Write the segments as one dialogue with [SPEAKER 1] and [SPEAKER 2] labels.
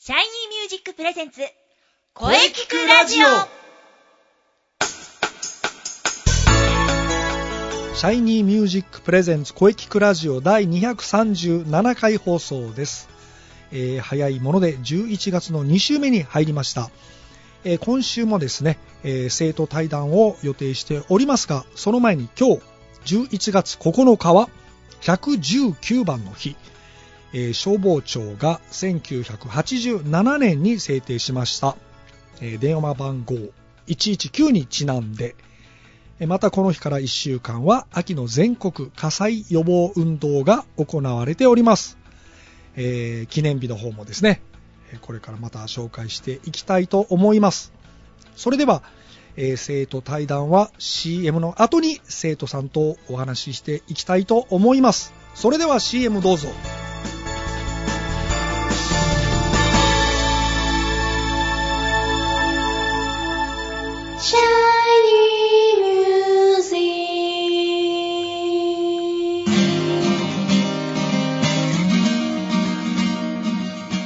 [SPEAKER 1] シャイニーミュージックプレゼンツ、
[SPEAKER 2] 声聞くラジオシャイニーミュージックプレゼンツ声聞くラジオ第237回放送です、えー早いもので11月の2週目に入りました、えー今週もですね、えー生徒対談を予定しておりますがその前に今日11月9日は119番の日、えー消防庁が1987年に制定しました、えー電話番号119にちなんでえーまたこの日から1週間は秋の全国火災予防運動が行われております、えー記念日の方もですねえーこれからまた紹介していきたいと思いますそれでは、えー生徒対談は CM の後に生徒さんとお話ししていきたいと思いますそれでは CM どうぞ
[SPEAKER 1] シャイニーミュージッ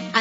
[SPEAKER 1] ク。あ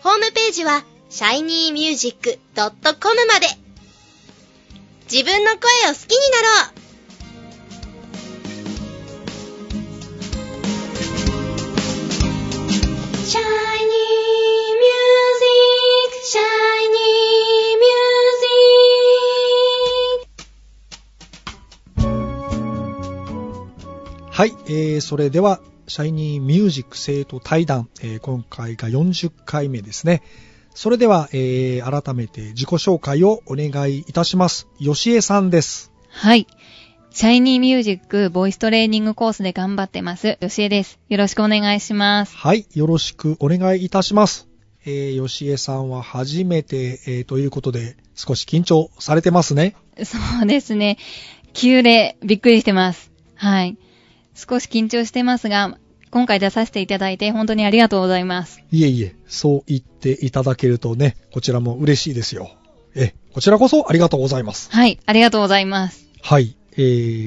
[SPEAKER 1] ホームページは shinymusic.com まで自分の声を好きになろうシャイニーミュージック、シャイニーミュージッ
[SPEAKER 2] はい、えーそれでは、シャイニーミュージック生徒対談、えー今回が40回目ですね。それでは、えー改めて自己紹介をお願いいたします。よしえさんです。
[SPEAKER 3] はい。シャイニーミュージックボイストレーニングコースで頑張ってます。よしえです。よろしくお願いします。
[SPEAKER 2] はい、よろしくお願いいたします。えー、よしえさんは初めて、えーということで、少し緊張されてますね。
[SPEAKER 3] そうですね。急でびっくりしてます。はい。少し緊張してますが、今回出させていただいて本当にありがとうございます。
[SPEAKER 2] いえいえ、そう言っていただけるとね、こちらも嬉しいですよ。え、こちらこそありがとうございます。
[SPEAKER 3] はい。ありがとうございます。
[SPEAKER 2] はい、え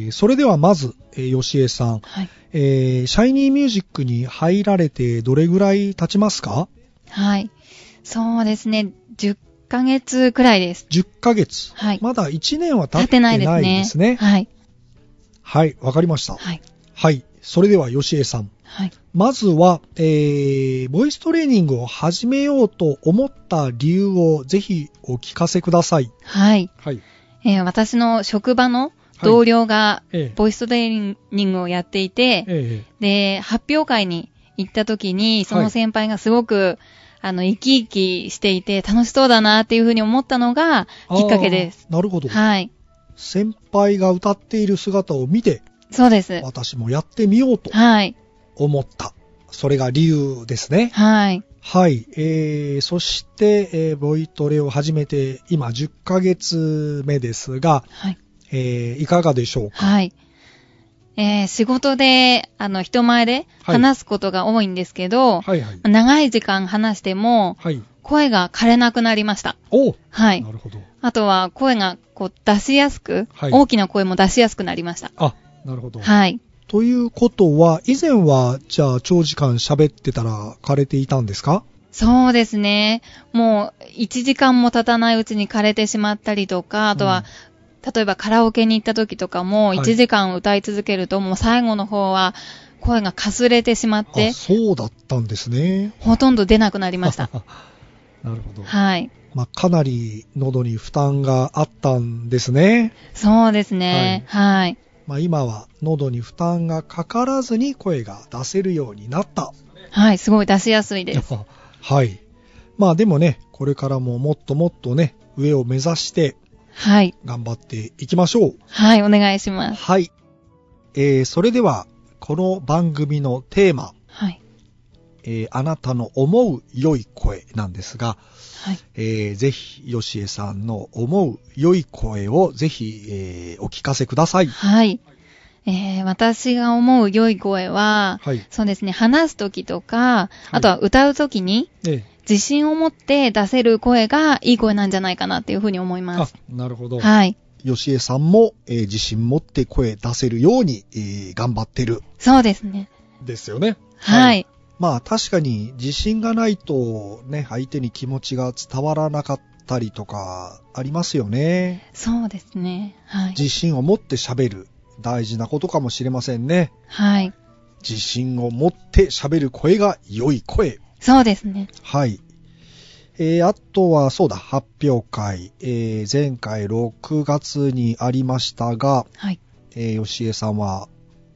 [SPEAKER 2] ー、それではまず、えー、よしえさん、
[SPEAKER 3] はい。
[SPEAKER 2] えーシャイニーミュージックに入られてどれぐらい経ちますか
[SPEAKER 3] はい。そうですね。10ヶ月くらいです。
[SPEAKER 2] ?10 ヶ月。
[SPEAKER 3] はい
[SPEAKER 2] まだ1年は経
[SPEAKER 3] 経
[SPEAKER 2] っ
[SPEAKER 3] ってて
[SPEAKER 2] な
[SPEAKER 3] ないい
[SPEAKER 2] で
[SPEAKER 3] ですす
[SPEAKER 2] ね。
[SPEAKER 3] ね。はい。
[SPEAKER 2] はい、わかりました。はい。
[SPEAKER 3] はい。
[SPEAKER 2] それでは、よしえさん。
[SPEAKER 3] はい。
[SPEAKER 2] まずは、えー、ボイストレーニングを始めようと思った理由をぜひお聞かせください。
[SPEAKER 3] はい。
[SPEAKER 2] はい。
[SPEAKER 3] えー私の職場の同僚が
[SPEAKER 2] ええ
[SPEAKER 3] ボイストレーニングをやっていて、
[SPEAKER 2] え
[SPEAKER 3] で、発表会に行った時に、そ
[SPEAKER 2] はい
[SPEAKER 3] の先輩がすごく、あの、生き生きしていて楽しそうだなっていうふうに思ったのが
[SPEAKER 2] え
[SPEAKER 3] きっかけです。。
[SPEAKER 2] あーなるほど。
[SPEAKER 3] はい。
[SPEAKER 2] 先輩が歌っている姿を見て、
[SPEAKER 3] そうです。
[SPEAKER 2] 私もやってみようと
[SPEAKER 3] はい。
[SPEAKER 2] 思った。それが理由ですね。
[SPEAKER 3] はい。
[SPEAKER 2] はい、えー、そして、えーボイトレを始めて今10ヶ月目ですが、
[SPEAKER 3] はい。
[SPEAKER 2] えーいかがでしょうか
[SPEAKER 3] はい。えー仕事で、あの、人前で
[SPEAKER 2] はい
[SPEAKER 3] 話すことが多いんですけど、
[SPEAKER 2] はいはい。
[SPEAKER 3] 長い時間話しても、
[SPEAKER 2] はい。
[SPEAKER 3] 声が枯れなくなりました。
[SPEAKER 2] お
[SPEAKER 3] はい
[SPEAKER 2] な。るほど。
[SPEAKER 3] あとは、声が、こう、出しやすく、
[SPEAKER 2] はい
[SPEAKER 3] 大きな声も出しやすくなりました。
[SPEAKER 2] あ、なるほど。
[SPEAKER 3] はい。
[SPEAKER 2] ということは、以前は、じゃあ、長時間喋ってたら枯れていたんですか
[SPEAKER 3] そうですね。もう、1時間も経たないうちに枯れてしまったりとか、あとは、例えばカラオケに行った時とかも、
[SPEAKER 2] はい
[SPEAKER 3] 1時間歌い続けると、もう最後の方は、声がかすれてしまっ
[SPEAKER 2] あ、
[SPEAKER 3] て、
[SPEAKER 2] そうだったんですね。
[SPEAKER 3] ほとんど出なくなりま した。
[SPEAKER 2] なるほど。
[SPEAKER 3] はい。
[SPEAKER 2] まあ、かなり喉に負担があったんですね。
[SPEAKER 3] そうですね。はい。
[SPEAKER 2] まあ、今は喉に負担がかからずに声が出せるようになった
[SPEAKER 3] はい、すごい出しやすいです。
[SPEAKER 2] はい。まあでもね、これからももっともっとね、上を目指して
[SPEAKER 3] はい。
[SPEAKER 2] 頑張っていきましょう。
[SPEAKER 3] はい、お願いします。
[SPEAKER 2] はい。えー、それでは、この番組のテーマ、
[SPEAKER 3] はい。
[SPEAKER 2] ええーあなたの思う良い声なんですが、
[SPEAKER 3] はい。
[SPEAKER 2] えーぜひ、よしえさんの思う良い声をぜひ、えーお聞かせください。
[SPEAKER 3] はい。えー私が思う良い声は、
[SPEAKER 2] はい。
[SPEAKER 3] そうですね、話すときとか、あとは歌うときに、
[SPEAKER 2] ええ
[SPEAKER 3] 自信を持って出せる声がいい声なんじゃないかなっていうふうに思いま
[SPEAKER 2] あ
[SPEAKER 3] す。、
[SPEAKER 2] なるほど。
[SPEAKER 3] はい。
[SPEAKER 2] よしえさんも、えー自信持って声出せるように、えー頑張ってる。
[SPEAKER 3] そうですね。
[SPEAKER 2] ですよね。
[SPEAKER 3] は。い。
[SPEAKER 2] まあ確かに自信がないとね、相手に気持ちが伝わらなかったりとかありますよね。
[SPEAKER 3] そうですね。はい。
[SPEAKER 2] 自信を持って喋る。大事なことかもしれませんね。
[SPEAKER 3] はい。
[SPEAKER 2] 自信を持って喋る声が良い声。
[SPEAKER 3] そうですね。
[SPEAKER 2] はい。えー、あとは、そうだ、発表会。えー、前回6月にありましたが、
[SPEAKER 3] はい。
[SPEAKER 2] えー、吉江さんは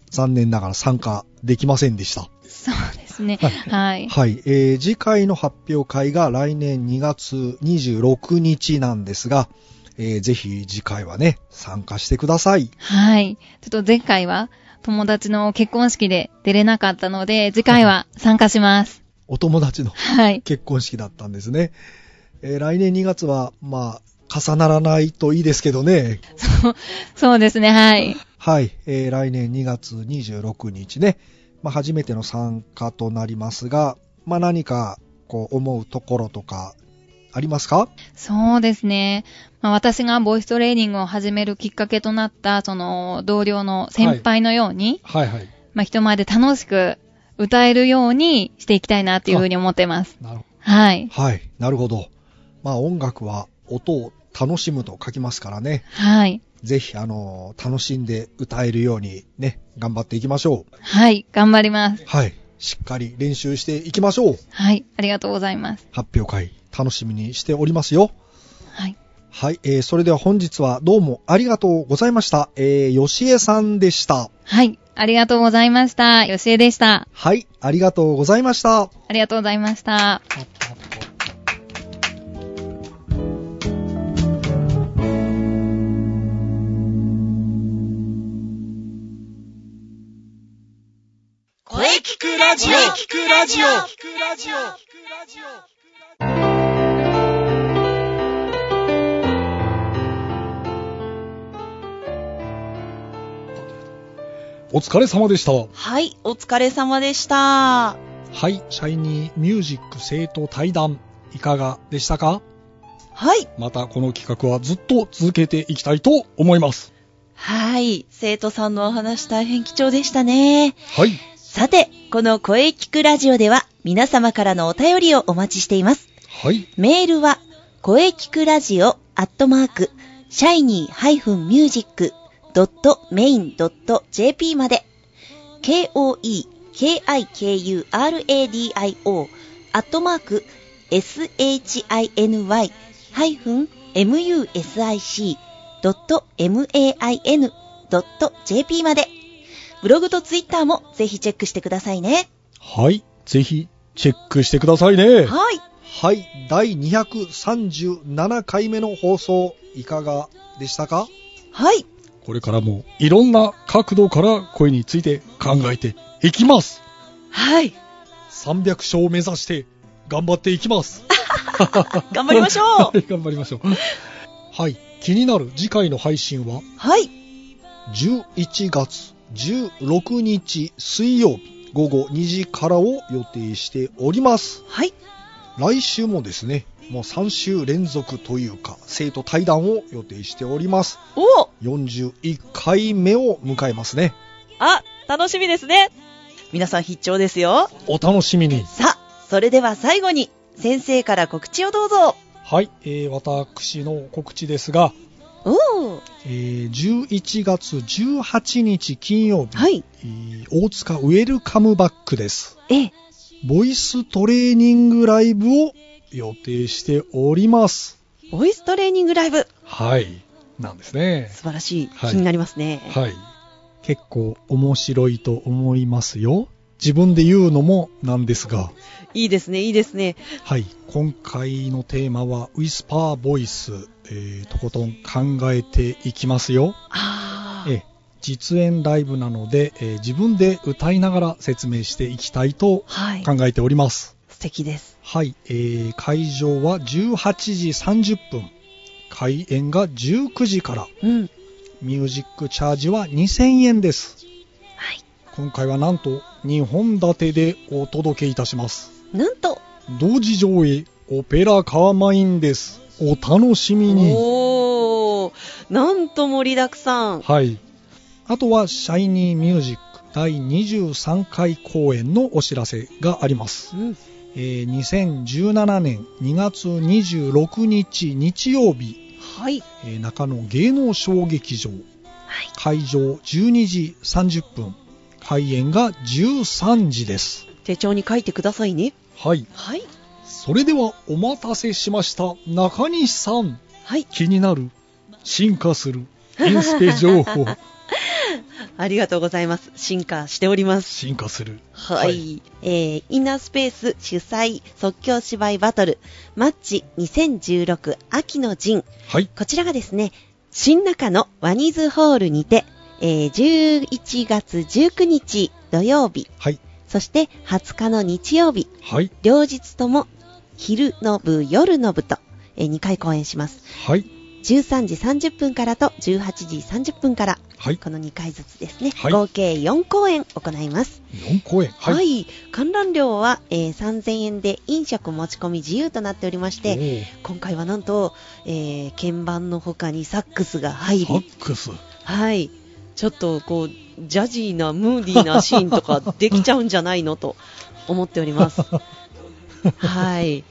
[SPEAKER 2] 残念ながら参加できませんでした。
[SPEAKER 3] そうです ね。はい。
[SPEAKER 2] はい、えー次回の発表会が来年2月26日なんですが、えーぜひ次回はね、参加してください。
[SPEAKER 3] はい。ちょっと前回は友達の結婚式で出れなかったので、次回は参加します。
[SPEAKER 2] お友達の
[SPEAKER 3] はい。
[SPEAKER 2] 結婚式だったんですね。えー来年2月は、まあ、重ならないといいですけどね。
[SPEAKER 3] そう、そうですね。はい。
[SPEAKER 2] はい、えー来年2月26日ね、まあ、初めての参加となりますが、まあ、何か、こう、思うところとか、ありますか
[SPEAKER 3] そうですね。まあ、私がボイストレーニングを始めるきっかけとなった、その同僚の先輩のように、
[SPEAKER 2] はいはい。
[SPEAKER 3] まあ、人前で楽しく歌えるようにしていきたいなっていうふうに思ってます。
[SPEAKER 2] なるほど。
[SPEAKER 3] はい。
[SPEAKER 2] はい、なるほど。まあ音楽は音を楽しむと書きますからね、
[SPEAKER 3] はい。
[SPEAKER 2] ぜひあの、楽しんで歌えるようにね、頑張っていきましょう。
[SPEAKER 3] はい。頑張ります。
[SPEAKER 2] はい、しっかり練習していきましょう。
[SPEAKER 3] はい。ありがとうございます。
[SPEAKER 2] 発表会、楽しみにしておりますよ。
[SPEAKER 3] はい。
[SPEAKER 2] はい、えー、それでは本日はどうもありがとうございました。えー、よしえさんでした。
[SPEAKER 3] はい。ありがとうございました。よしえでした。
[SPEAKER 2] はい、ありがとうございました。
[SPEAKER 3] ありがとうございました。
[SPEAKER 1] 声聞くラジオ
[SPEAKER 2] くラジオお疲れ様でした。
[SPEAKER 4] はい、お疲れ様でした。
[SPEAKER 2] はい、シャイニーミュージック生徒対談、いかがでしたか
[SPEAKER 4] はい。
[SPEAKER 2] またこの企画はずっと続けていきたいと思います。
[SPEAKER 4] はい、生徒さんのお話大変貴重でしたね。
[SPEAKER 2] はい、
[SPEAKER 4] さて、この声聞くラジオでは皆様からのお便りをお待ちしています。
[SPEAKER 2] はい、
[SPEAKER 4] メールは、声聞くラジオアットマーク、シャイニー -music.main.jp まで、k-o-e-k-i-k-u-r-a-d-i-o アットマーク、shiny-music.main.jp まで、ブログとツイッターもぜひチェックしてくださいね。
[SPEAKER 2] はい、ぜひチェックしてくださいね。
[SPEAKER 4] はい。
[SPEAKER 2] はい、第237回目の放送、いかがでしたか
[SPEAKER 4] はい。
[SPEAKER 2] これからもいろんな角度から声について考えていきます。
[SPEAKER 4] はい。
[SPEAKER 2] 300勝を目指して頑張っていきます。
[SPEAKER 4] 頑張りましょう。
[SPEAKER 2] は い頑張りましょう。はい、気になる次回の配信は
[SPEAKER 4] はい。
[SPEAKER 2] 11月16日水曜日午後2時からを予定しております。
[SPEAKER 4] はい。
[SPEAKER 2] 来週もですね、もう3週連続というか、生徒対談を予定しております。
[SPEAKER 4] おお
[SPEAKER 2] 41回目を迎えますね。
[SPEAKER 4] あ、楽しみですね。皆さん必聴ですよ。
[SPEAKER 2] お楽しみに。
[SPEAKER 4] さあ、それでは最後に、先生から告知をどうぞ。
[SPEAKER 2] はい、えー私の告知ですが、
[SPEAKER 4] おお
[SPEAKER 2] えー11月18日金曜日、
[SPEAKER 4] はい。
[SPEAKER 2] えー大塚ウェルカムバックです。
[SPEAKER 4] ええ、
[SPEAKER 2] ボイストレーニングライブを予定しております。
[SPEAKER 4] ボイストレーニングライブ。
[SPEAKER 2] はい、なんですね。
[SPEAKER 4] 素晴らしい。
[SPEAKER 2] はい
[SPEAKER 4] 気になりますね。
[SPEAKER 2] はい。結構面白いと思いますよ。自分で言うのもなんですが、
[SPEAKER 4] いいですね、いいですね。
[SPEAKER 2] はい。今回のテーマは、ウィスパーボイス、えーとことん考えていきますよ。
[SPEAKER 4] ああ。
[SPEAKER 2] ええ実演ライブなので、えー自分で歌いながら説明していきたいと
[SPEAKER 4] はい。
[SPEAKER 2] 考えております。
[SPEAKER 4] 素敵です。
[SPEAKER 2] はい、えー会場は18時30分、開演が19時から、
[SPEAKER 4] うん。
[SPEAKER 2] ミュージックチャージは2000円です。
[SPEAKER 4] はい。
[SPEAKER 2] 今回はなんと2本立てでお届けいたします。
[SPEAKER 4] なんと、
[SPEAKER 2] 同時上映、オペラカーマインです。お楽しみに。
[SPEAKER 4] おー、なんと盛りだくさん。
[SPEAKER 2] はい。あとは、シャイニーミュージック第23回公演のお知らせがあります
[SPEAKER 4] う。ん。
[SPEAKER 2] えー2017年2月26日日曜日、
[SPEAKER 4] はい。
[SPEAKER 2] えー中野芸能小劇場、
[SPEAKER 4] はい。
[SPEAKER 2] 会場12時30分、開演が13時です。
[SPEAKER 4] 手帳に書いてくださいね。
[SPEAKER 2] はい。
[SPEAKER 4] はい。
[SPEAKER 2] それではお待たせしました。中西さん、
[SPEAKER 4] はい。
[SPEAKER 2] 気になる、進化する、インスペ情報、
[SPEAKER 4] ありがとうございます。進化しております。
[SPEAKER 2] 進化する。
[SPEAKER 4] はい、えー、インナースペース主催即興芝居バトルマッチ2016秋の陣
[SPEAKER 2] はい。
[SPEAKER 4] こちらがですね新中野ワニズホールにて、えー11月19日土曜日
[SPEAKER 2] はい。
[SPEAKER 4] そして20日の日曜日
[SPEAKER 2] はい。
[SPEAKER 4] 両日とも昼の部夜の部と、え2回公演します
[SPEAKER 2] はい。
[SPEAKER 4] 13時30分からと18時30分から
[SPEAKER 2] はい。
[SPEAKER 4] この2回ずつですね、
[SPEAKER 2] はい
[SPEAKER 4] 合計4公演行います
[SPEAKER 2] 4公演。
[SPEAKER 4] はい、
[SPEAKER 2] い。
[SPEAKER 4] 観覧料は、えー3000円で飲食持ち込み自由となっておりまして今回はなんと、えー鍵盤の他にサックスが
[SPEAKER 2] お
[SPEAKER 4] 入
[SPEAKER 2] ーサ
[SPEAKER 4] り、
[SPEAKER 2] ックス。
[SPEAKER 4] はい、ちょっとこうジャジーなムーディーなシーンとかできちゃうんじゃないのと思っており ます。はい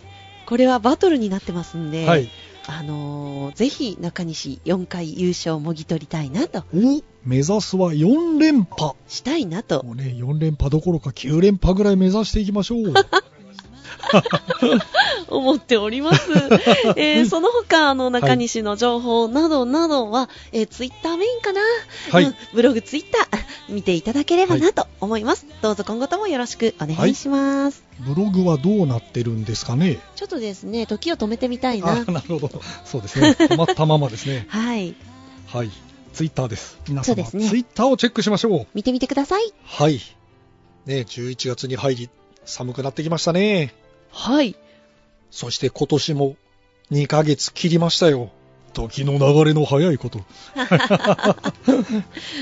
[SPEAKER 4] これはバトルになってますんで、
[SPEAKER 2] はい。
[SPEAKER 4] あのーぜひ中西4回優勝をもぎ取りたいなと、
[SPEAKER 2] お目指すは4連覇。
[SPEAKER 4] したいなと
[SPEAKER 2] もうね、4連覇どころか9連覇ぐらい目指していきましょう。
[SPEAKER 4] 思っており ます。えーその他、あの、中西の情報などなどは、えツイッター Twitter メインかな、
[SPEAKER 2] はい
[SPEAKER 4] うんブログ、ツイッター、 見ていただければなと思います。どうぞ今後ともよろしくお願いします。
[SPEAKER 2] ブログはどうなってるんですかね。
[SPEAKER 4] ちょっとですね、時を止めてみたい
[SPEAKER 2] あ
[SPEAKER 4] な。
[SPEAKER 2] ー。なるほど。そうですね。止ま ったままですね
[SPEAKER 4] はい。
[SPEAKER 2] はい。ツイッターです。皆様、
[SPEAKER 4] そうですね
[SPEAKER 2] ツイッターをチェックしましょう。
[SPEAKER 4] 見てみてください。
[SPEAKER 2] はい。ね、11月に入り、寒くなってきましたね。
[SPEAKER 4] はい。
[SPEAKER 2] そして今年も2ヶ月切りましたよ。時の流れの早いこと。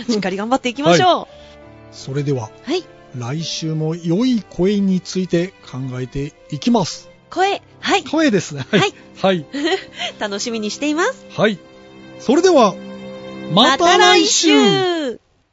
[SPEAKER 4] しっかり頑張っていきましょ
[SPEAKER 2] それでは、
[SPEAKER 4] う。はい。
[SPEAKER 2] 来週も良い声について考えていきます。
[SPEAKER 4] 声、はい。。
[SPEAKER 2] 声ですね。はいはい。
[SPEAKER 4] 楽しみにしています。
[SPEAKER 2] はい。それでは、また来週
[SPEAKER 4] また来週